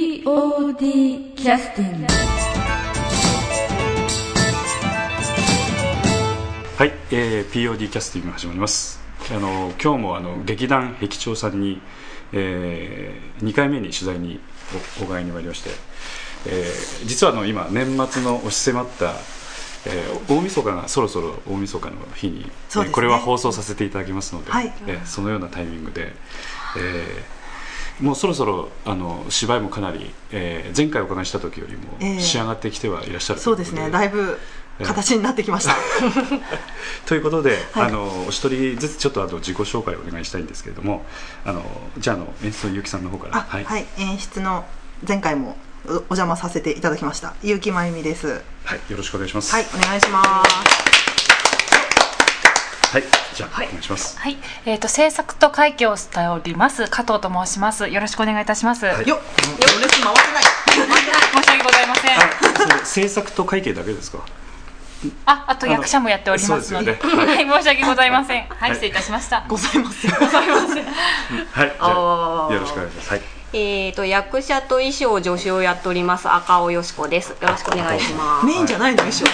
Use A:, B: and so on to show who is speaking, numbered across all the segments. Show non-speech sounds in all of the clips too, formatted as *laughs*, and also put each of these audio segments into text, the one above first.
A: POD キャスティング
B: はい、えー POD キャスティング始まりますあの今日もあの劇団壁長さんに、え2回目に取材にお伺いに参りまして、えー実はあの今年末の押し迫った、えー大晦日がそろそろ大晦日の日に、
C: そう
B: え
C: ですね
B: ーこれは放送させていただきますので、
C: はい
B: えーそのようなタイミングで、えーもうそろそろあの芝居もかなり、えー前回お伺いした時より
C: え
B: も
C: え
B: 仕上がってきてはいらっしゃるとい
C: そうう
B: こと
C: ですね、だいぶ形になってき
B: *laughs*
C: ました。
B: ということで、
C: はい
B: あのお一人ずつちょっとあの自己紹介をお願いしたいんですけれどもあのじゃああの演奏ゆうきさんの方から
C: あ、はい、演出の前回もおお邪魔させていただきました。結城真由美です。
B: はいよろしくお願いします
C: はい、お願いします。
B: はいじゃあ、
D: はい
B: お願いし
C: *laughs*
B: ます
D: はい、えっ、と制作と会計をしております加藤と申します。よろしくお願いいたします。
B: はい
D: 申し
C: よ、よろしく回せない。
D: 訳ございません。あ、
B: あそれ制作と会計だけですか
D: あと役者もやっております
B: あのそう
D: ので、
B: ですよね
D: はい、申し訳ございません。
B: は
D: はいい、失礼いたしました。
C: ござい
B: *laughs*
C: ます。
B: はいじゃあ
C: あー
B: よろしくお願いしますはい
E: えー、と役者と衣装助手をやっております赤尾よしこですよろしくお願いしま
C: メインじゃないの一緒。
E: す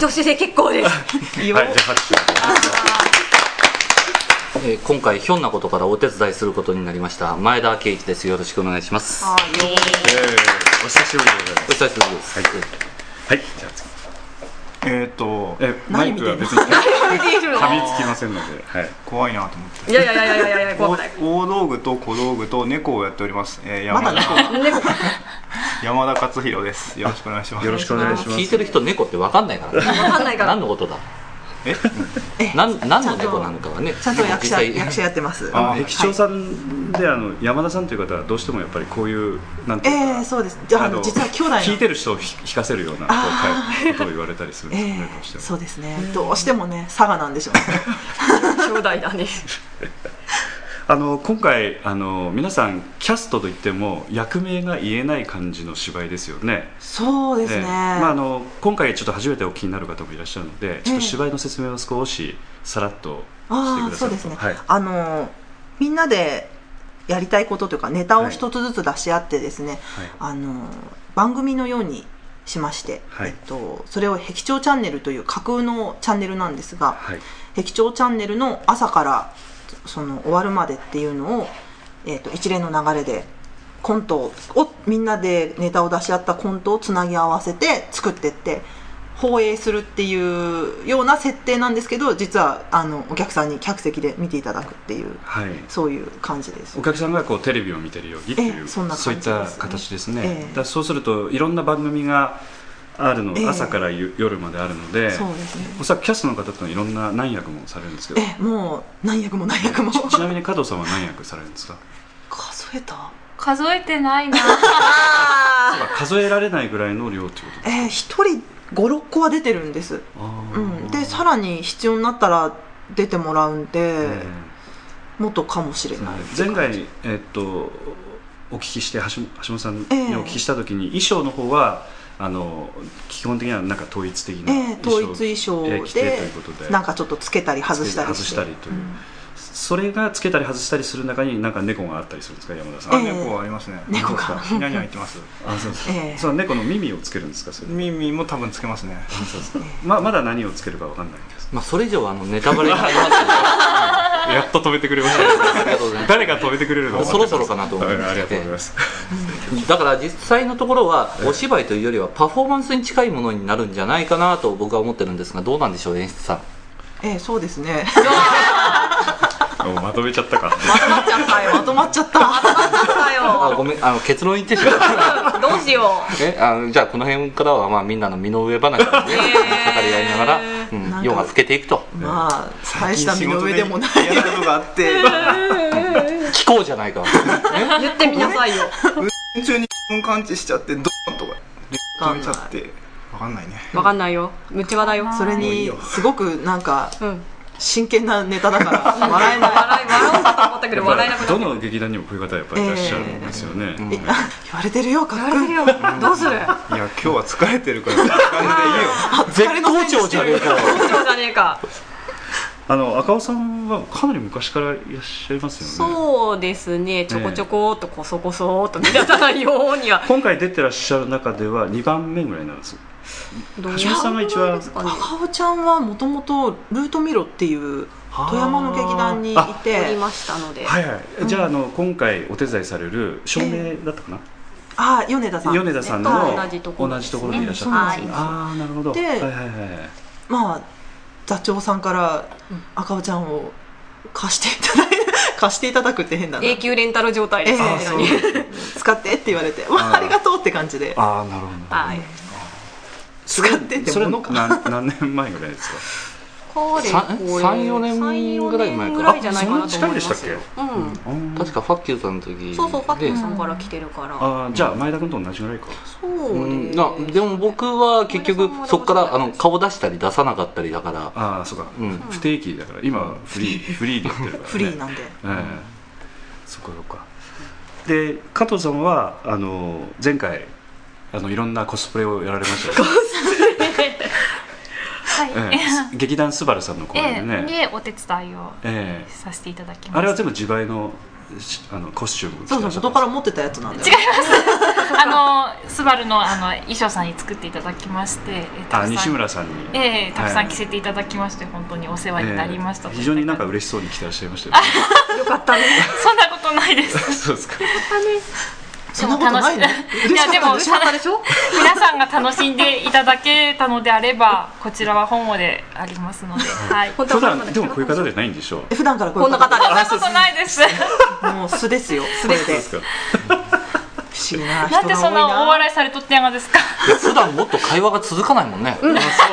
E: 助手で結構です
C: 言わ
B: はい
C: れ
B: じゃあ拍手
F: えー今回ひょんなことからお手伝いすることになりました前田圭一ですよろしくお願いします
C: あーよ
B: えーお久しぶりでございます
F: お久しぶりで
B: は
F: す、
B: いはいじゃあ次えっ、とえマイ
C: 何
B: ク
C: 見
B: は
C: てんの
B: 別に
C: *laughs*
B: 噛みつきませんのではい
G: 怖いなと思っ
E: *laughs*
G: て
E: いやいやいやいやいや怖くない
G: 大道具と小道具と猫をやっております、えー
C: ま
G: 山
C: だ
G: 田
C: 猫
G: *laughs* 山田勝弘ですよろしくお願いします
B: よろしくお願いします
F: 聞いてる人猫って分かんないから
C: *laughs*
F: ね
E: 分かんないから
F: 何のことだ
G: え
F: なん何の猫なのかはね
C: ちゃんと役者
F: でも実際
C: 役者やってます。
B: あの
G: はい
B: 壁長さんであの山田さんという方はどうしてもやっぱりこういうなんて
C: え
B: いうか、
C: えー、そうです。じゃああの実は兄弟の。
B: 聞いてる人をひ引かせるようなこうことを言われたりするん
C: え
B: ですよ
C: え
B: ね、どうしても
C: *laughs* そうですね。どうしてもね、佐賀な
B: *laughs*
C: んでしょうね。
E: 兄弟だね
B: あの今回あの皆さんキャストといっても役名が言えない感じの芝居ですよね
C: そうですね。
B: ええまあ、あの今回ちょっと初めてお聞きになる方もいらっしゃるのでちょっと芝居の説明を少しさらっとして
C: あ
B: く
C: あ
B: だ
C: そ
B: さ
C: う
B: る
C: で
B: と
C: すね、
B: はい
C: あのみんなでやりたいことというかネタを一つずつ出し合ってですね、あの番組のようにしまして、
B: はい
C: えっと、それを「壁長チャンネル」という架空のチャンネルなんですが
B: はい
C: 「壁長チャンネル」の朝からその終わるまでっていうのを、えっと、一連の流れでコントをみんなでネタを出し合ったコントをつなぎ合わせて作ってって放映するっていうような設定なんですけど実はあのお客さんに客席で見ていただくっていう
B: はい
C: そういう感じです
B: お客さんがこうテレビを見てるようにっていう、
C: ええそんな
B: そうい
C: 感
B: っ
C: じですね
B: た形ですね、
C: え
B: だ
C: え
B: からそうするといろんな番組があるの、
C: ええ
B: 朝からゆ夜まであるので
C: そうですね
B: おそらくキャストの方といろんな何役もされるんですけど
C: えもう何役も何役も
B: ちなみに加藤さんは何役されるんですか
C: 数えた
D: 数えてない *laughs* な。
B: まあ数えられないぐらいの量ってことです
C: えー、1人56個は出てるんです、
B: あー
C: うん、でさらに必要になったら出てもらうんで、
B: え
C: もっとかもしれ
B: え
C: ない
B: 前回、えっとお聞きして橋本橋本さんに
C: ええ
B: お聞きした時に、衣装の方はあの基本的にはなんか統一的な
C: ええ統一衣装
B: ええ着てという
C: で
B: ことで
C: なんかちょっとつけたり外したり
B: 外
C: して
B: したりという、
C: うん
B: それがつけたり外したりする中になんか猫があったりするんですか山田さん、
G: あ
C: ええ
G: 猫ありますね
C: 猫が
G: そうですか何々言ってます
B: あそうです、
C: ええ
B: その猫の耳をつけるんですかそれ
G: 耳も多分つけますね
B: あそうですままだ何をつけるかわかんないんです
F: *laughs* まあ、それ以上はあのネタバレになりますので
B: やっと止めてくれまし
F: ありがとうございます
B: 誰が止めてくれるの
F: そろそろかなと思いました
B: ありがとうございます
F: *laughs* だから実際のところはお芝居というよりはパフォーマンスに近いものになるんじゃないかなと僕は思ってるんですがどうなんでしょう演出
C: *laughs*
F: さん
C: ええそうですね
B: もうまとめちゃったか
C: まとまっち
B: *laughs*
C: ゃった
F: あごめんあの結論言ってしまった
E: どうしよ
F: えあのじゃあこの辺からはまあみんなの身の上話をね語り合いながら、うん
C: なんか
F: 夜が更けていくと
C: まあ大した身の上でもない
G: 嫌なことが
C: *laughs*
G: あって
F: 聞こうじゃないか
E: う言ってみなさいよ
G: 運中に感知しちゃってドンとか止めちゃってわかんないね
E: 分かんないよムチワだよ
C: それ
G: もういい
C: に
G: よ
C: すごくなんか
E: うん
C: 真剣なネタだから笑え
B: *laughs*
C: ない
E: 笑い笑おうかと思ったけど笑えなくな
B: ど
E: っ
B: の劇団にもこういう方やっぱりいらっしゃるんですよね、
F: うん
C: えあ言われてるよかっこいい
E: たどうする
G: いや今日は疲れてるからこんな感じで
C: 疲
G: いいよ
C: れのせいにしてる
F: か
E: どうしようじゃねえか
B: あの赤尾さんはかなり昔からいらっしゃいますよね
E: そうですねちょこちょこっとこそこそっと目立たないようには
B: 今回出てらっしゃる中では2番目ぐらいなんです
E: ど
B: 橋本さんが一番
E: ですかね
C: 高尾ちゃんはもともとルートミロっていう富山の劇団にい
B: あ
C: て
E: おりましたので、
B: はいはいじゃああの今回お手伝いされる照明だったかな
C: ああ米田さん
B: 米田さんの
E: と同じところ
B: 同じところでいらっしゃったんですね
E: うん
B: ああなるほど
C: で
B: はいはいはい
C: まあ座長さんから赤尾ちゃんを貸していただいて *laughs* 貸していただくって変だな
E: 永久レンタル状態です、
C: ええ
E: こちらに
B: あそう
C: 使ってって言われて、まあ、
B: あー
C: ありがとうって感じで
B: ああなるほど
E: はい
C: 使ってって
B: それ
C: も
B: の
C: のか
B: 何何年前ぐらいですか
F: 三34年ぐらい前か
E: ぐ
F: な
E: らいじゃないかなと思います
B: あそんな近いでしたっけ
E: うん
F: 確かファッキューさんの時
E: そうそうファッキーさん
F: で
E: から来てるから
B: ああじゃあ前田君と同じぐらいか
E: そう
F: うん
E: です
F: なでも僕は結局そこからあの顔出したり出さなかったりだから
B: ああそうか
F: うん
B: 不定期だから今フリーフリーでやってるからね
C: フリーなんで
B: ええそっかそっかで加藤さんはあの前回あのいろんなコスプレをやられましたよね、
D: はい、
B: ええ劇団スバルさんの公
D: え
B: 演で
D: え
B: ね、
D: でお手伝いを
B: ええ
D: させていただきます
B: あれは全部自前のしあのコスチュームを着て
C: そうそ
B: ら
C: う
B: っしゃっ
C: 元
B: た
C: から持ってたやつなんで
D: 違います。あのスバルのあの衣装さんに作っていただきまして、えーたく
B: あ
D: さん
B: 西村さんに
D: ええたくさん着
B: て
D: せていただきまして、本当にお世話になりましたと、
B: 非常になんか嬉しそうに着てらっしゃいましたよ、ね、
E: よかったね
D: そんなことないです。
B: そうですか
C: そんなことないね
D: でも楽し
C: 嬉しか
D: いやでも
C: った嬉しかったでしょ
D: 皆さんが楽しんでいただけたのであれば、こちらは本望でありますので、はい。そん
B: 普
E: 本当はま
B: 段
E: だ
B: でもこういう方じゃないんでしょう
C: 普段からこういう
E: こ
C: ん
E: な方
D: なことないです。
C: もう素ですよ素で
B: そう
C: で
B: ですか
C: 不思議な人が多
D: なん
C: い
D: で
C: な
D: そんな大笑いされとってやがですか。
F: いや普段もっと会話が続かないもんね、成り立た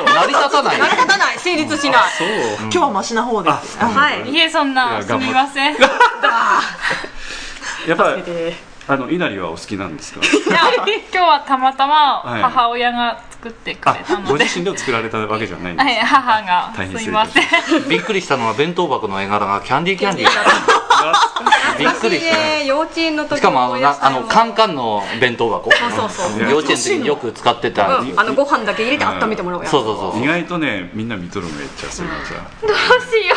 F: ない
E: 成り立たない成立しない
B: そう
C: 今日はマシな方ですあ
E: はい
D: いえそん
B: いや
D: なす
B: 頑張っ
D: みません。い
B: やっぱり
C: で
B: あの稲荷はお好きなんですか
D: や今日はたまたま
B: はい
D: 母親が作ってくれた
B: あご
D: ので。
B: 自身で作られたわけじゃないんです
D: はい、母が
B: 大変
D: す
B: 失礼
D: いません
B: い。
F: びっくりしたのは弁当箱の絵柄がキャンディーキャ
E: *laughs*
F: ンディーびっくりしたね
E: 私ね幼稚園の時
F: しかもあの
E: 思い出し
F: な
E: た
F: あ
E: よ
F: のカンカンの弁当箱
E: そうそうそう、
F: 幼稚園の時によく使ってた、
E: うん、あのご飯だけ入れて温めてもらおうや
F: そうそうそう
B: *laughs* 意外とねみんな見とるのがいっちゃうそういうのじゃ
D: どうしよう。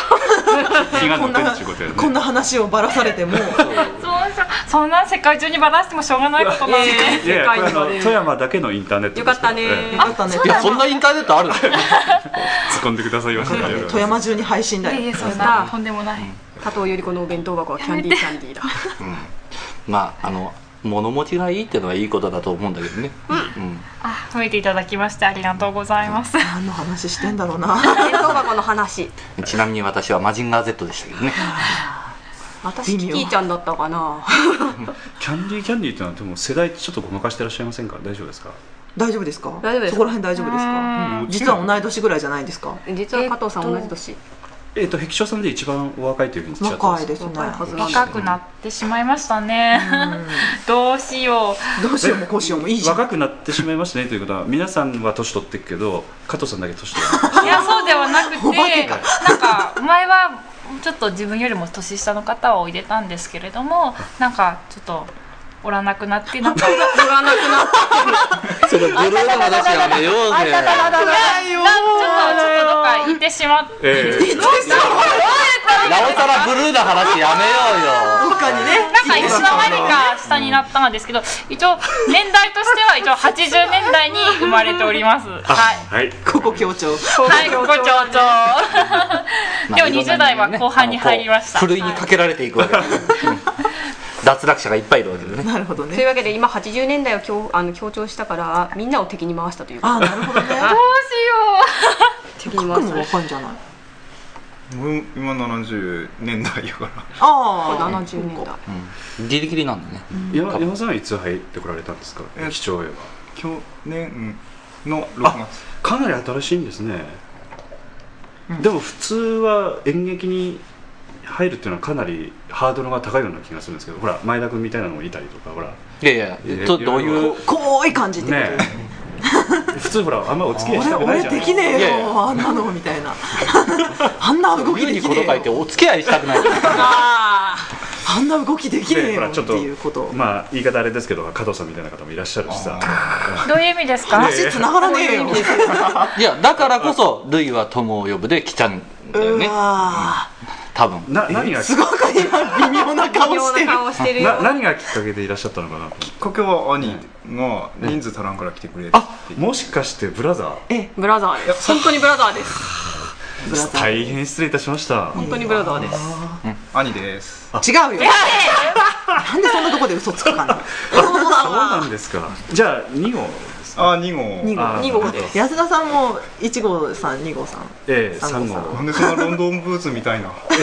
B: 気が
C: こん
B: 乗
C: な
B: ってるっちゅうことやね
C: こんな話をばらされても
D: そうしようそんな世界中にばらしてもしょうがないことなんで。
B: いやいやこれあの
E: 世界のね
B: 富山だけのインターネットです
E: よかったね
B: ええ
C: よかったね
F: いやそんなインターネットあるの
B: 突っ込んでくださいましたね
C: 富山中に配信だ
D: いえい
C: よ
D: えそんなとんでもない。
E: 加藤由里子のお弁当箱はキャンディーキャンディーだ
F: まああの物持ちがいいっていうのはいいことだと思うんだけどね、うん
D: あ、褒めていただきましてありがとうございます。
C: 何の話してんだろうな
E: *laughs* 弁当箱の話
F: ちなみに私はマジンガー Z でしたけどね
E: 私
C: 微
E: キ
C: 妙
E: キーちゃんだったかな
B: キャンディーキャンディーってのはでも世代ちょっとごまかしてらっしゃいませんか大丈夫ですか
C: 大丈夫ですか
E: 大丈夫です
C: そこら辺大丈夫です
D: う
C: か
D: ん
C: うん実は同い年ぐらいじゃないですか
E: 実は加藤さん同じ年、
B: えっ、と壁長さんで一番お若いというふうにちゃったん
C: 若いですね
E: 若いはずなんだ
D: 若くなってしまいましたね。どうしよう。
C: どうしようもこうしようもいいじゃん
B: 若くなってしまいましたねということは皆さんは年取ってるけど加藤さんだけ年取らない
D: いや、そうでは *laughs* なくて、なんか前はちょっと自分よりも年下の方を入れたんですけれども、なんかちょっとおらなくなってなんか。
E: 言わなくなった
F: それブルーの話はめようぜ
D: ちょっとちょっとどっか行ってしまって。
B: *laughs* ええ
F: なおさらブルーな話やめようよ
C: 他にね
D: なんかいつの間にか下になったんですけど、一応年代としては一応80年代に生まれております。はい。
B: はい
C: *laughs* ここ強調
D: はい、ごちょうちょう。でも
F: まあ
D: 20代は後半に入りました。
F: ふるいにかけられていくわけだね、うん脱落者がいっぱいいるわけでね
C: なるほど
E: とい
C: ね
E: うわけで今80年代を強あの強調したからみんなを敵に回したという
C: ああなるほどね
E: 敵
C: 僕
E: に回
C: も
E: した
C: 若いんじゃない
G: 俺今70年代やから
C: ああ
E: 70年代
F: うんギリギリなんだね、
B: 山山さんはいつ入ってこられたんですか
G: え
B: 壁長へは
G: 去年の6月
B: かなり新しいんですね、でも普通は演劇に入るっていうのはかなりハードルが高いような気がするんですけどほら前田君みたいなのもいたりとかほら
F: いやいや
B: いや
F: ちょっとどういう
C: 濃い感じってこと
B: ね
C: *laughs*
B: え普通ほらあんまお付き合いしたくない
C: 俺
B: じ
C: 俺
B: ゃん
C: できね
F: いや
C: え
F: いや
C: よあんなのみたいなあんな動き
F: 冬
C: で
F: に
C: き
F: こ
C: ね
F: と書い
C: え
F: て
C: よ
F: お付き合いしたくない
E: あ
C: あんな動きできねえ
B: でほ
C: よ
B: ら
C: っ
B: ち
C: て
B: ょっと
C: いうことを
B: まあ言い方あれですけど加藤さんみたいな方もいらっしゃるしさ
D: どういう意味ですか
C: 話つながらねえよ
F: いやだからこそ「類は友を呼ぶ」で来たんだよ
C: う
F: ね
C: わ
F: 多分
B: な何が
C: ーすごく今微妙な顔
E: 微妙
C: して
E: な
C: る
E: 顔してるよ
B: な何がきっかけでいらっしゃったのかなと思っ
G: きっかけは兄が人数足らんから来てくれって
B: てもしかしてブラザー
E: ブラザーです本当にブラザーです
C: ブラザー
B: 大変失礼いたしました
E: 本当にブラザーです
G: 兄です
C: 違うよなんでそんなとこで嘘つくかな
B: そうなんですかじゃあ2号です
G: あー2
C: 二
G: 号
C: 号
B: あー
E: 二号で
C: 安田さんも1号さん2号さん
B: ええ
C: 三
B: 3
C: 号
B: 号
G: なんでそんなロンドンブーツみたいな
F: い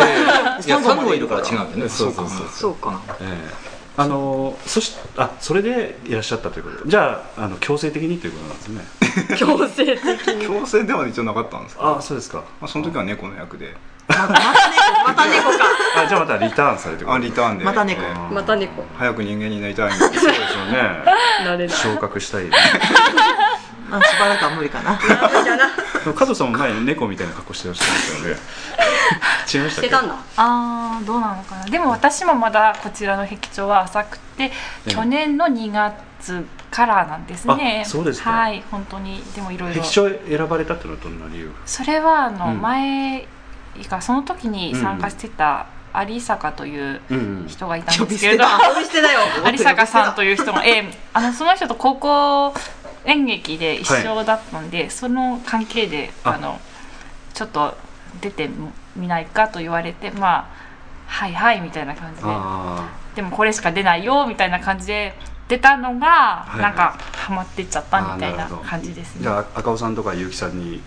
F: や3号いるから違うんだよね
B: そうそうそう
E: そうか
B: ええあのそしあそれでいらっしゃったということでじゃああの強制的にということなんですね
E: 強制的
G: 強制では一応なかったんですけど
B: あそうですか
G: まあ、その時は猫の役で
E: また猫か
B: あじゃあまたリターンされてく
G: あリターンで
C: また猫
G: えー
E: また猫
G: 早く人間になりたいみたいなそうですよね
B: ね
E: なれる
B: 昇格したい
C: あしばらくは無理かな
B: でも加藤さんも前に猫みたいな格好してらっしゃいましたよね違いまし
E: したて
B: ったけ
E: んだ
D: あーどうなのかなでも私もまだこちらの壁長は浅くて
B: ええ
D: 去年の2月からなんですね
B: あそうですか
D: はい本当にでもいろいろ
B: 壁長選ばれたってのはどんな理由
D: それはあの、
B: うん
D: 前がその時に参加してた有坂という
B: うん
D: 人がいた
C: 呼
D: ん
C: び
D: です
C: 捨て
D: けれど、
C: だ
E: 呼び捨てだよ
D: 有坂さんという人も、ええあのその人と高校演劇で一緒だったんで、その関係で
B: あ
D: あのちょっと出てみないかと言われてまあはいはいみたいな感じで
B: あ
D: でもこれしか出ないよみたいな感じで出たのが、
B: はいはい
D: なんかハマってっちゃったみたい
B: あーな
D: な
B: るほど
D: 感じです
B: あじ
D: ね
B: ゃあ赤尾さんとか結城さんに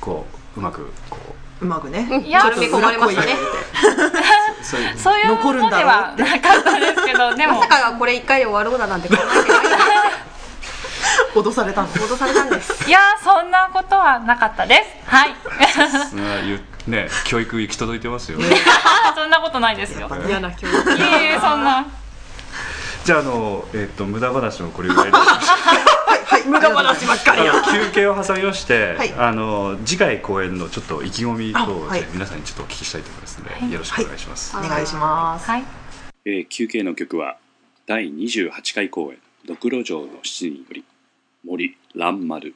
B: こううまくこ
C: うまくね
E: いやちょっと見込まれましたね
B: うそういう
D: そういうも
C: 残るん
D: ので
C: だろう
D: はなかったですけどでも
E: まさかがこれ一回で終わることだなんて考えてない
C: 脅されたの
E: 戻されたんです
D: いやーそんなことはなかったですはい *laughs*
B: ねね教育行き届いてますよ
D: そんなことないですよ
E: 嫌な気持ち
D: いえいえそんな
B: じゃああのえっ、と無駄話もこれぐらいであ
C: はい無駄話ばっか
B: の休憩を挟みまして、
C: はい
B: あの次回公演のちょっと意気込み等を、
C: あはい
B: 皆さんにちょっとお聞きしたいと思いますので、よろしくお願いします、
C: お願いします
D: はい
A: えー QK の曲は第28回公演「ドクロ城の七人」より森蘭丸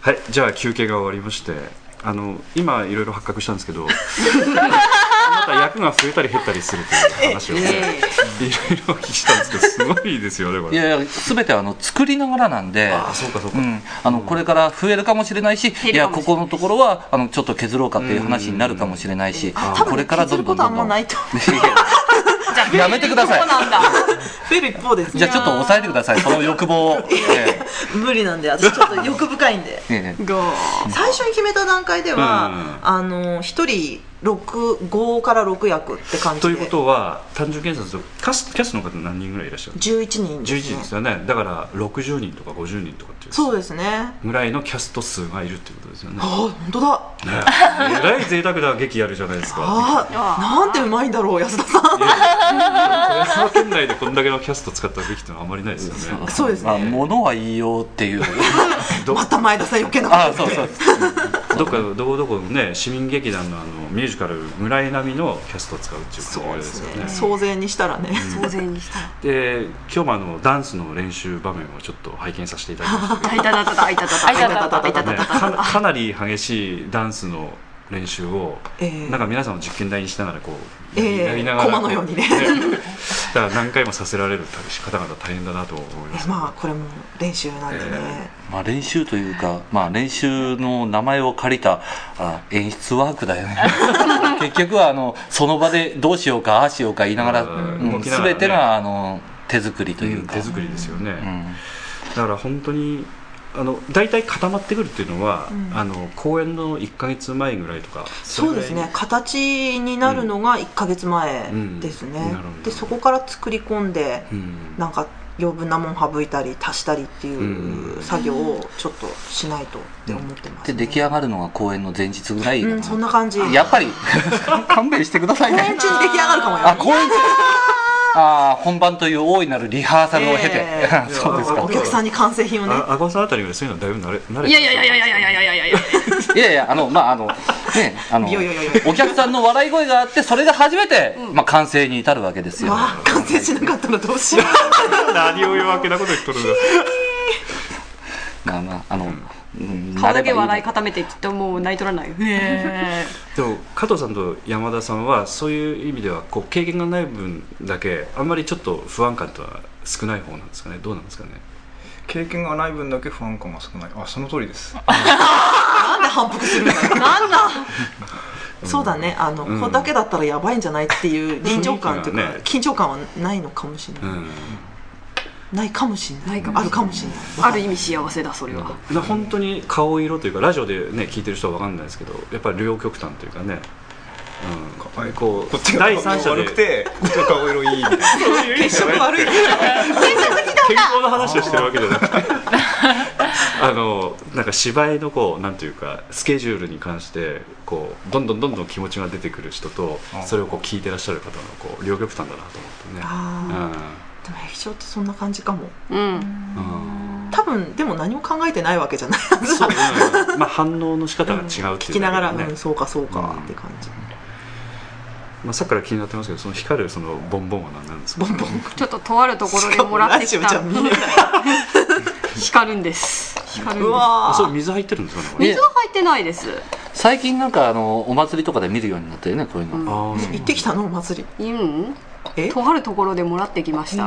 B: はいじゃあ休憩が終わりましてあの今いろいろ発覚したんですけどまた役が増えたり減ったりするという
C: *laughs*
B: 話をねいろいろお聞きしたんですけどすごいですよねこ
F: い
B: れ
F: やいや全てあの作りながらなんで
B: ああそうかそうか、
F: うん、あのこれから増えるかもしれないし、いや
E: かも
F: こ
E: しれ
F: このところはあのちょっと削ろうかっていう話になるかもしれないし、
C: 多
F: こ
C: 分
F: れから
C: 削る
F: ど
C: こ
F: んどん
C: と
F: ど
C: あ
F: ん
C: ん
F: ど
C: ま
F: ん。
C: ないと
F: いやいや
D: じゃあ
F: やめてください
D: そうなんだ
C: 増える一方です
F: *laughs* じゃあちょっと抑えてくださいその欲望をえ
C: 無理なんで私ちょっと欲深いんで
F: えええ
C: 最初に決めた段階では、あの一人5から6役って感じで
B: ということは単純計算するとキャスキャスの方何人ぐらいいらっしゃる
C: 11人です、ね、
B: 11人ですよねだから60人とか50人とかっていう
C: そうですね
B: ぐらいのキャスト数がいるってことですよね
C: あ本当だ
B: ねえらい贅沢な劇やるじゃないですか
C: あーなんてうまいんだろう安田さん
B: いや富山県内でこんだけのキャスト使った劇ってのはあまりないですよね
C: そうですね
F: まあ物は言いようっていう
B: ど
C: また前田さん余計なこと
F: ああ
C: 言って
F: そうそう
B: どっかどこどこのね市民劇団のあのミュージカル「村井並み」のキャストを使うっていうことがあれですよね
C: ね総勢にしたらね、
E: 当然にしたら
B: で今日もあのダンスの練習場面をちょっと拝見させていただきましたけ
E: あいたたたたあいたたた
D: あいたたた
E: あいた
B: ど、
E: た
B: ね、
E: たた
B: かかなり激しいダンスの練習を、
C: えー
B: なんか皆さんも実験台にしながらこう、
C: ええ
B: やりながら
C: 駒のようにね
B: *laughs* だから何回もさせられる方々大変だなと思いますけど、
C: まあこれも練習なんでね、
F: まあ練習というか、まあ、練習の名前を借りたあ演出ワーク
B: *laughs*
F: だよね結局はあのその場でどうしようかああしようか言いながら、
B: うん
F: うん
B: 動きながらね
F: 全てがあの手作りといううんか、
B: 手作りですよね、
F: うん
B: だから本当にあの大体固まってくるっていうのは、あの公演の1か月前ぐらいとか
C: そうです
B: れぐらい
C: ね
B: に
C: 形になるのが1か月前ですね、
B: うんなるほど
C: でそこから作り込んで、
B: うん
C: なんか余分なもん省いたり足したりっていうう作業をちょっとしないとって思ってます、
F: で出来上がるのが公演の前日ぐらい、
C: うんそんな感じ
F: やっぱり *laughs* 勘弁してください
C: 公演
F: ね
C: 中に出来上がるかもよ
F: あ公演中ああ本番という大いなるリハーサルを経て、
C: ええ
F: *laughs* そうです
C: お客さんに完成品をね
B: あ赤尾さんあたりはそういうのだいぶ慣れ慣れ
E: い
B: て
E: や
B: る
E: いやいやいやいやいやいやいやいや
F: いやいや、あの、まあ、あの、ね、あの
C: いやいやいやいや、
F: お客さんの笑い声があって、それが初めて、まあ、完成に至るわけですよ。
C: わあ完成しなかったらどうしよ
B: *laughs* 何を夜明けなこと言っとるんだ
F: まあまあ、あの、うん
E: 顔だけ
F: な
E: 笑
F: れ
E: い
F: ば
E: 固めてきっともう泣いとらないへ
B: でも加藤さんと山田さんはそういう意味ではこう経験がない分だけあんまりちょっと不安感とは少ない方なんですかねどうなんですかね
G: 経験がない分だけ不安感が少ないあその通りです
C: うなんで反復するのなんだそうだねあの、
B: うん
C: これだけだったらやばいんじゃないっていう臨場感というか、
B: 雰囲
C: 緊張感はないのかもしれ
B: う
C: ない、
B: ん
C: ないかもしれな
E: ないいか
C: あ
E: もしれない
C: るかもしれない
E: ある意味幸せだそれは
B: な本当に顔色というかラジオでね聞いてる人は分かんないですけどやっぱり両極端というかね、うん、こ
G: こっち
B: う
G: が
B: 第三者で
G: 悪くてこっちが顔色いいみたいな
C: 血色悪い
B: 健康の話をしてるわけじゃなくて *laughs* あのなんか芝居のこうなんていうかスケジュールに関してこうどんどんどんどん気持ちが出てくる人と
G: あ
B: それをこう聞いてらっしゃる方のこう両極端だなと思ってね
C: あーでも液晶ってそんな感じかも
E: うん
B: うん
C: 多分でも何も考えてないわけじゃない
B: そううんまあ反応の仕方が違うっていうだけでね
C: 聞きながら、うん、そうかそう
B: う
C: か
B: ん
C: って感じ、
B: まあ、さっきから気になってますけどその光るそのボンボンは何なんですか
C: ボンボン
E: ちょっととあるところでもらってき
C: しか
E: た
C: もラジオじゃ見えない
E: 光るんです光る
C: うん
E: です
B: あ
C: わ
B: それ
C: ー
B: 水入ってるんですかねこれ
E: 水は入ってないです
F: 最近なんか、あの、お祭りとかで見るようになったよね、こういうの。
E: うん
B: あーそう
C: 行ってきたのお祭り
E: うん
C: え
E: とあるところでもらってきました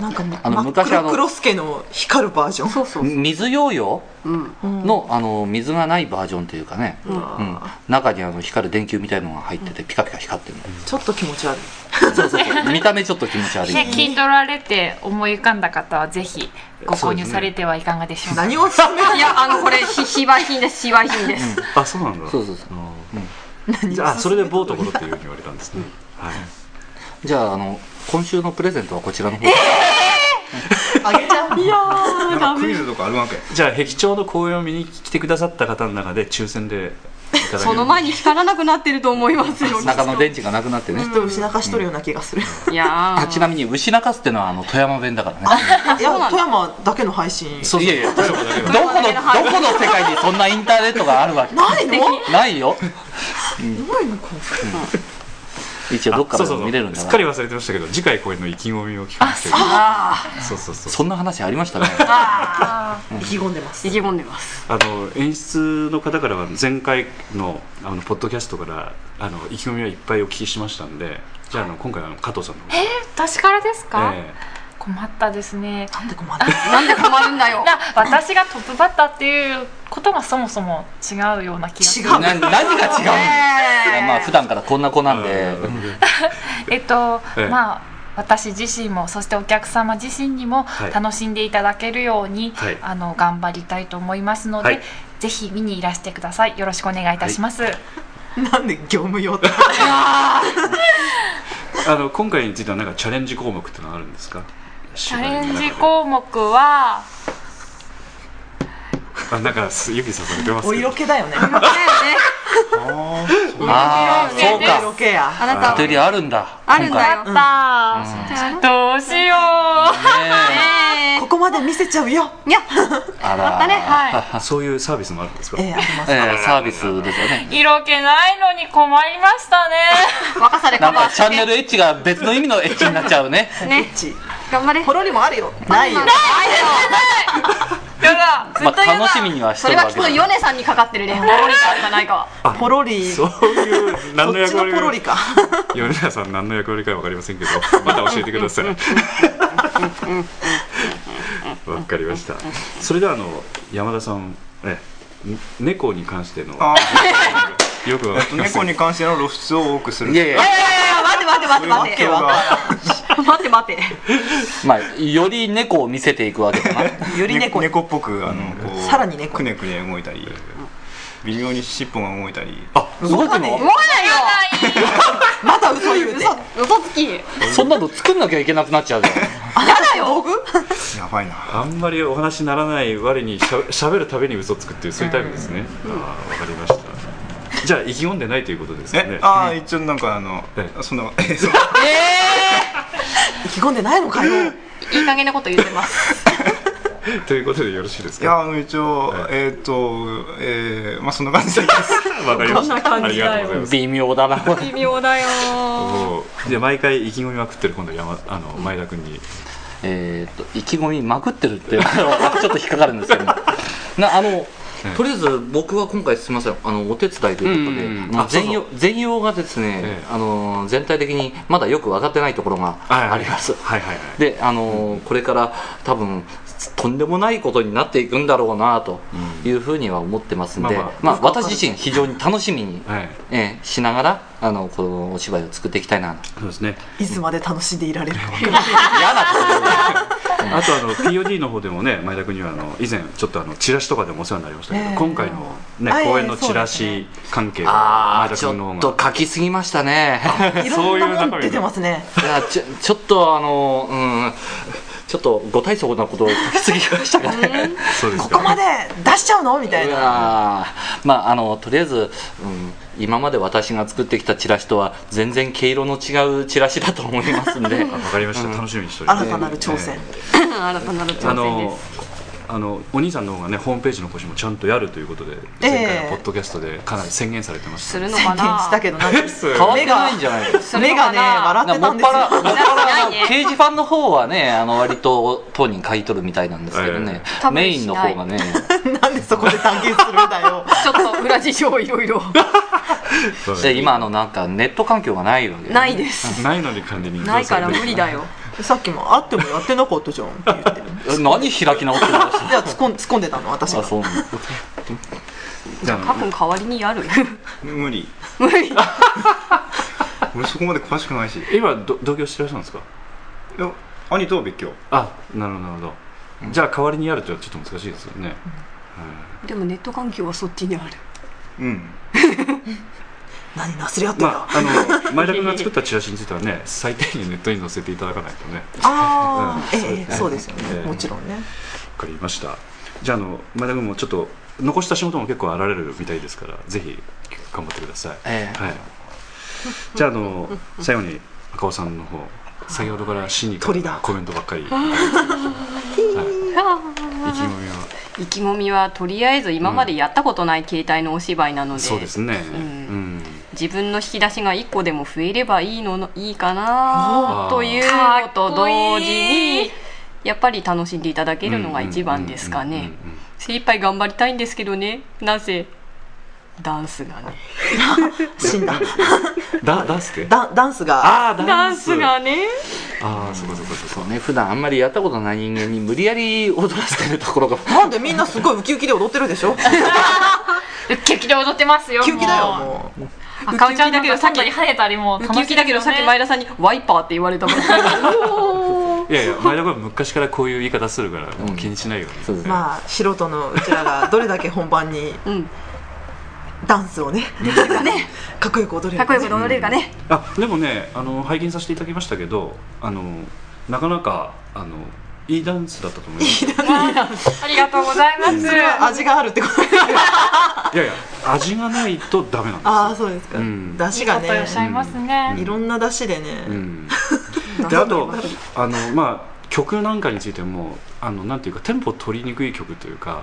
C: なんか
F: あの
C: 真っ
F: 昔あ
C: 黒
F: の
C: クロスケの光るバージョン
E: そうそうそう
F: 水ヨーヨ
E: うん
F: ーの、あの、水がないバージョンというかね。
E: う
C: あ
E: ん
F: うん
C: ー、
F: 中にあの光る電球みたいのが入っててピカピカ光ってるの
C: ちょっと気持ち悪い
F: そうそうそう見た目ちょっと気持ち悪
D: *laughs*
F: い
D: ね、聞いとられて思い浮かんだ方はぜひご購入されてはいかがでしょうか、
C: 何を勧める
E: いやあのこれひ *laughs* 非売品です非売品です
B: あそうなんだ
F: そうそうそう
B: あー
C: 何
B: じゃあそれでボートころっていうふうに言われたんですね、はい
F: じゃああの今週のプレゼントはこちらの方
C: あげちゃういや
G: なんかクイズとかあるわけ
B: じゃあ壁長の公演を見に来てくださった方の中で抽選でいただける
E: その前に光らなくなってると思いますよ
F: 中の電池がなくなってね
C: ちょっと失かしとるような気が *laughs* する、
E: いや
F: あちなみに牛泣かすってのはあの富山弁だからね
C: いや富山だけの配信
F: いやいやどこのどこ
E: 山弁の配
F: の世界にそんなインターネットがあるわけ
C: ないの
F: ないよ
C: ないのか
F: 一応どっか
B: そう
F: で
B: そう
F: も
B: そう
F: 見れるん
B: す
F: だ
B: っかり
F: な
B: 忘れてましたけど次回公演の意気込みを聞かせて
E: あ
B: そうそうそう
F: そんな話ありましたね
C: 意気込んでます
E: 意気込んでます
B: あの演出の方からは前回のあのポッドキャストからあの意気込みはいっぱいお聞きしましたんでじゃああの今回はあの加藤さんの方
D: え私からですか、
B: え
D: 困ったですね
C: なんで困る
E: *laughs* なんで困るんだよ
D: な私がトップバッターっていうことがそもそも違うような気がする
C: 違う
F: な何が違うんですか
E: ねえ
F: まあ普段からこんな子なんで
D: えっと、
B: ええ
D: まあ私自身もそしてお客様自身にも
B: はい
D: 楽しんでいただけるように、
B: はい
D: あの頑張りたいと思いますので、
B: はい
D: ぜひ見にいらしてくださいよろしくお願いいたします、
C: なんで業務用って
B: あの今回についてはなんかチャレンジ項目ってのはあるんですか
D: チャレンジ項目は
B: あなんかす指さされてます
C: お
B: けど
C: 色気だよね
E: だよね
G: あーそう
F: ああそう
C: お色
F: か
C: 気や
E: あな
F: あ
E: た
F: とよりあるんだ
E: あるんだよ
D: あった、どうしよう
F: 今回ね
E: ね
C: ここまで見せちゃうよ
E: えいや
F: えあ
E: またね
F: ら
D: はい
B: あそういうサービスもあるんですか、
C: ええあります
F: ええサービスですよね
D: 色気ないのに困りましたね
E: 若さで
F: なん
E: 頑張
F: か
E: っ
F: チャンネル H が別の意味の H になっちゃうね
E: てね
C: ち
E: 頑張れ
C: ポロリもあるよないよ
D: やだ
F: まあ
E: 嫌だ
F: 楽しみにはし
E: そ
F: て
E: れ
F: る
E: は
F: わ
E: きっと
F: けだ
E: ヨネさんにかかってるね *laughs* ポロリかあるかないかは
C: ポロリ
B: そ
C: そう
B: いう何の
C: っち
B: 役
C: の
B: 割
C: ポロリ
B: か
C: か
B: 米田さん何の役割か分かりませんけどまた教えてくだ
D: *laughs*
B: さいわかりましたそれではあの山田さんええ猫に関しての
G: あ
B: よくわか
G: ー
B: りません
G: 猫に関しての露出を多くする
F: いやいや
E: いやいやいや待って待って待って
G: わ
E: 待って
G: けが
E: 待って待って
F: まあより猫を見せていくわけだな
C: より猫
G: 猫っぽくあのこう
C: さらに猫
G: くねくね動いたり微妙に尻尾が動いたり
F: あ動
E: 思わ
F: くの
E: ないよ
C: また嘘言うて
E: 嘘つきや
F: そんなの作んなきゃいけなくなっちゃうじゃん
E: だよ
G: やばいな
B: あんまりお話にならない割にしゃべしゃべるたびに嘘つくっていうそういうタイプですね、ああわかりましたじゃあ意気込んでないということですか
G: え
B: ね
G: ああ一応なんかあの
B: ええ
G: そんなえ
B: *laughs*
G: そう
C: 意気込んでないのかよ
E: いい加減なこと言ってます
B: ということでよろしいです
G: いや
B: か
G: あの一応
B: はい
G: えっとえーまあそんな感じです
B: わかりまし
E: こんな感
B: たあり
E: じだ
B: がとう
E: よ
B: ございます
F: 微妙だな
E: 微妙だよ
B: おーじゃあ毎回意気込みまくってる今度山あの前田君に
F: えーっと意気込みまくってるっていう *laughs* のはちょっと引っかかるんですけど *laughs* なあの
B: ええ
F: とりあえず僕は今回すみませんあのお手伝いということで、
B: うんうんうん
F: まあ
B: あそうそう
F: 全容全容がですね、
B: ええ
F: あの全体的にまだよく分かってないところがあります、
B: はいはいはい
F: であのこれから多分とんでもないことになっていくんだろうなというふうには思ってますんで、
B: まあま
F: まあ私自身非常に楽しみに、
B: はい
F: ええしながらあのこのお芝居を作っていきた *laughs* いなと
B: そうですね
C: いつまで楽しんでいられるか
F: 嫌なことだ
B: あとあの POD の方でもね前田君にはあの以前ちょっとあのチラシとかでもお世話になりましたけど、
C: ええ
B: 今回のね
C: あええ
B: 公演のチラ
C: そうで
B: シ関係
F: あ
B: は
F: あ
B: 前田
F: ちょ
B: 君の方
F: っ
B: が
F: と書きすぎましたね
C: いろんなもん出てますね
F: *laughs* いやちょちょっとあのうんちょっとご大層なことを書きすぎ
C: *laughs*
F: ましたかね
B: そうです
C: こ
B: か
C: こまで出しちゃうのみたい
F: いや
C: な
F: ーまああのとりあえず、うん、今まで私が作ってきたチラシとは全然毛色の違うチラシだと思いますん
C: *laughs*
F: で
B: わかりました、楽しみにしております
C: 新たなる挑戦
E: 新たなる
B: あ
E: 挑戦で
B: の
E: す
B: あのお兄さんの方がねホームページの更新もちゃんとやるということで、
C: ええ
B: 前回のポッドキャストでかなり宣言されてました
E: するの
C: 宣
E: か
C: 言
E: な
C: したけどなんか
G: *laughs*
F: 変わってないんじゃないですか
E: る
C: 目
E: の
C: が
E: か
C: ね
E: な
C: 笑ってたん
F: もっ
C: です
F: ぱらも
C: よ
F: っぱらあの
E: ないね
F: 刑事ファンの方はねあの割と当人買い取るみたいなんですけどね、
E: ええ
F: メインの方がね
C: *laughs* なんでそこで探検するんだよ
E: ちょっと裏事情いろ
B: *laughs*
E: いろ
B: そうです
F: で今あのなんかネット環境がないわけで
E: ないです
B: ないのに管理人
E: ないから無理だよ
C: さっきも会ってもやってなかったじゃんって言ってる
F: え何開き直ってるんですか
C: じゃあ突っ込ん突っ込んでたの私
F: あ
C: が
F: そうなんだ
B: *laughs* じゃ
E: 多分代わりに
B: *laughs*
E: やる
G: 無理俺そこまで詳しくないし
B: 今ど同居してらっしゃるんですか
G: いや兄とは別居
B: あなるほどなるほどじゃあ代わりにやるというのはちょっと難しいですよね、
E: でもネット環境はそっちにある
G: うん
C: 何なすり合ってんだ
B: まああ
E: *laughs*
B: の前田君が作ったチラシについてはね最低限ネットに載せていただかないとね
C: あ
B: う
C: あ
B: ん
C: ええそうですよ
B: え
C: ね
B: え
C: もちろんね
B: わかりましたじゃああの前田君もちょっと残した仕事も結構あられるみたいですからぜひ頑張ってください、
F: ええ
B: はい、じゃああの最後に赤尾さんの方先ほどからシニカル
C: 鳥だ
B: なコメントばっ
C: *laughs*
B: かり、はい、意気込みは
E: 意気込みはとりあえず今までやったことない形態のお芝居なので,、
B: そうですね、うん
E: ん自分の引き出しが1個でも増えればいいののいいか
B: お
E: な
B: ー
E: というのと同
D: かっこ
E: 時
D: いい
E: にやっぱり楽しんでいただけるのが一番ですかね
B: うんうんうんうん
E: 精一杯頑張りたいんですけどねなぜ
H: ダンスがね
C: 死んだ
B: ダダンスって
C: ダダンスが
B: ああダンス
H: がね
B: ああそうかそうかそうか
F: そうね普段あんまりやったことない人間に無理やり踊らせてるところが
C: なんでみんなすごいウキウキで踊ってるでしょウ
D: *laughs* ウキウキで踊ってますよ
C: キウキだよ
D: もう
C: もう
D: 赤尾ちゃんだけど外に跳ねたりも
H: ウキウキだけどさっき前田さんにワイパーって言われたもん
B: いやいや前田君は昔からこういう言い方するからもう気にしないように、
F: そうですね
C: まあ素人のうちらがどれだけ本番に
H: うん
C: ダンスをねできるかね *laughs* かっこよく踊れる
H: かっこよく
C: ね
H: 踊れるか *laughs* ね
B: あでもねあの拝見させていただきましたけどあのなかなかあのいいダンスだったと思いますい
D: ありがとうございます
C: それは味があるってことですね
B: やいや味がないとダメなんですよ
C: *laughs* ああそうですか、
B: うん
C: 出汁が
D: いいことお
C: ね
D: っしゃいますね、
C: いろんな出汁でね、
B: うん、であとあの、まあ、曲なんかについてもあのなんていうかテンポ取りにくい曲というか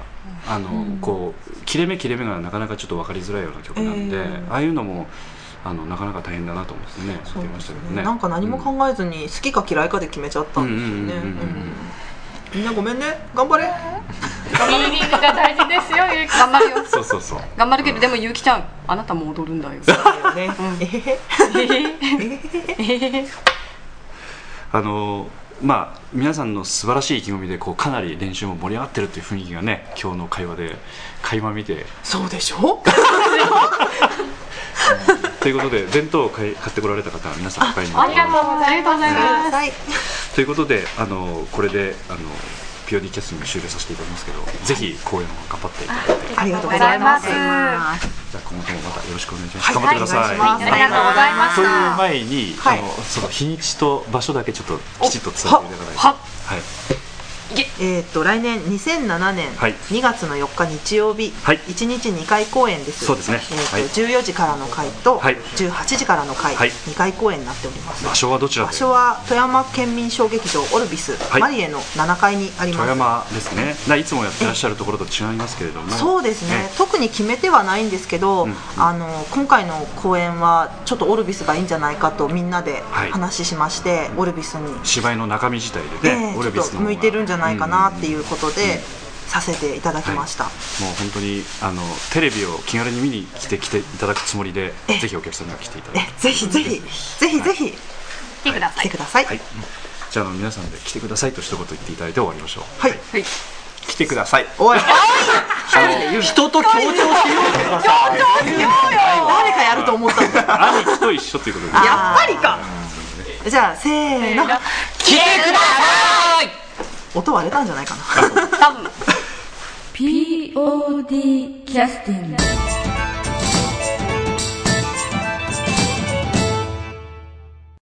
B: あの、こう切れ目切れ目がなかなかちょっと分かりづらいような曲なんで、
C: えー
B: ああいうのもあのなかなか大変だなと思ってね
C: そう
B: 見て
C: で
B: まし
C: す
B: たけど
C: ね
B: ね。
C: なんか何も考えずに好きか嫌いかで決めちゃったんですよね
B: うんうんうんうんうん
C: うんみんなごめんね頑張れ
D: フィーリングが大事ですよゆうきさん
H: 頑張るよ
B: うんそうそうそう
H: 頑張るけどでもゆうきちゃんあなたも踊るんだよ
C: だ
D: *laughs*
C: よねえへへ
B: あのまあ皆さんの素晴らしい意気込みでこうかなり練習も盛り上がってるっていう雰囲気がね今日の会話で垣間見て
C: そうでしょ
B: ということで弁当を買い買ってこられた方は皆さんいっぱいいます
D: ありがとうございます
B: ということであのこれであの POD キャスティング終了させていただきますけどぜひ公演を頑張っていただいて
C: ありがとうご
D: あ
C: ざ
D: りがとうござ
C: い
D: い
C: ま
D: ますす
B: じゃあ今後ともまたよろしくお願いします、頑張ってください、
C: はいお願いします
D: ありがとうございまし
B: という
D: た
B: 前に、
C: はい
B: あのその日にちと場所だけちょっときちっと伝えていただかないと
H: は
B: はい
C: えー、と来年2007年
B: はい
C: 2月の4日日曜日、
B: はい
C: 1日2回公演です
B: そうですね
C: えーと
B: はい
C: 14時からの回と
B: はい
C: 18時からの回、
B: はい
C: 2回公演になっております
B: 場所はどちらで
C: 場所は富山県民小劇場オルビス、
B: い
C: マリエの7階にありま
B: 富
C: す
B: 山ですねないつもやってらっしゃるところと違いますけれども
C: そうですね、特に決めてはないんですけど、
B: うん
C: あの今回の公演はちょっとオルビスがいいんじゃないかとみんなで
B: はい
C: 話ししまして、オルビスに、
B: 芝居の中身自体でね、
C: ね
B: オル
C: ち
B: ビ
C: ょ
B: ス
C: っ
B: の
C: と
B: 方が
C: 向いてるんじゃないかなって
B: うん
C: い
B: も
C: うことで、させていただきました、
B: う本当にあのテレビを気軽に見に来て来ていただくつもりで
C: ええ
B: ぜひお客さんには来ていただいて
C: えぜひぜひぜひぜひ
H: 来てくださ
C: 来て
H: い
C: ください、
B: はいじゃああの皆さんで来てくださいと一言言っていただいて終わりましょう
C: はい
G: 来てください
C: おい
F: 人と協調しようとかさ
C: 誰かやると思ったんだ
B: 兄貴と一緒ということで
C: やっぱりかじゃあせーの音割れたんじゃないかな
H: 多分
I: POD キャスティング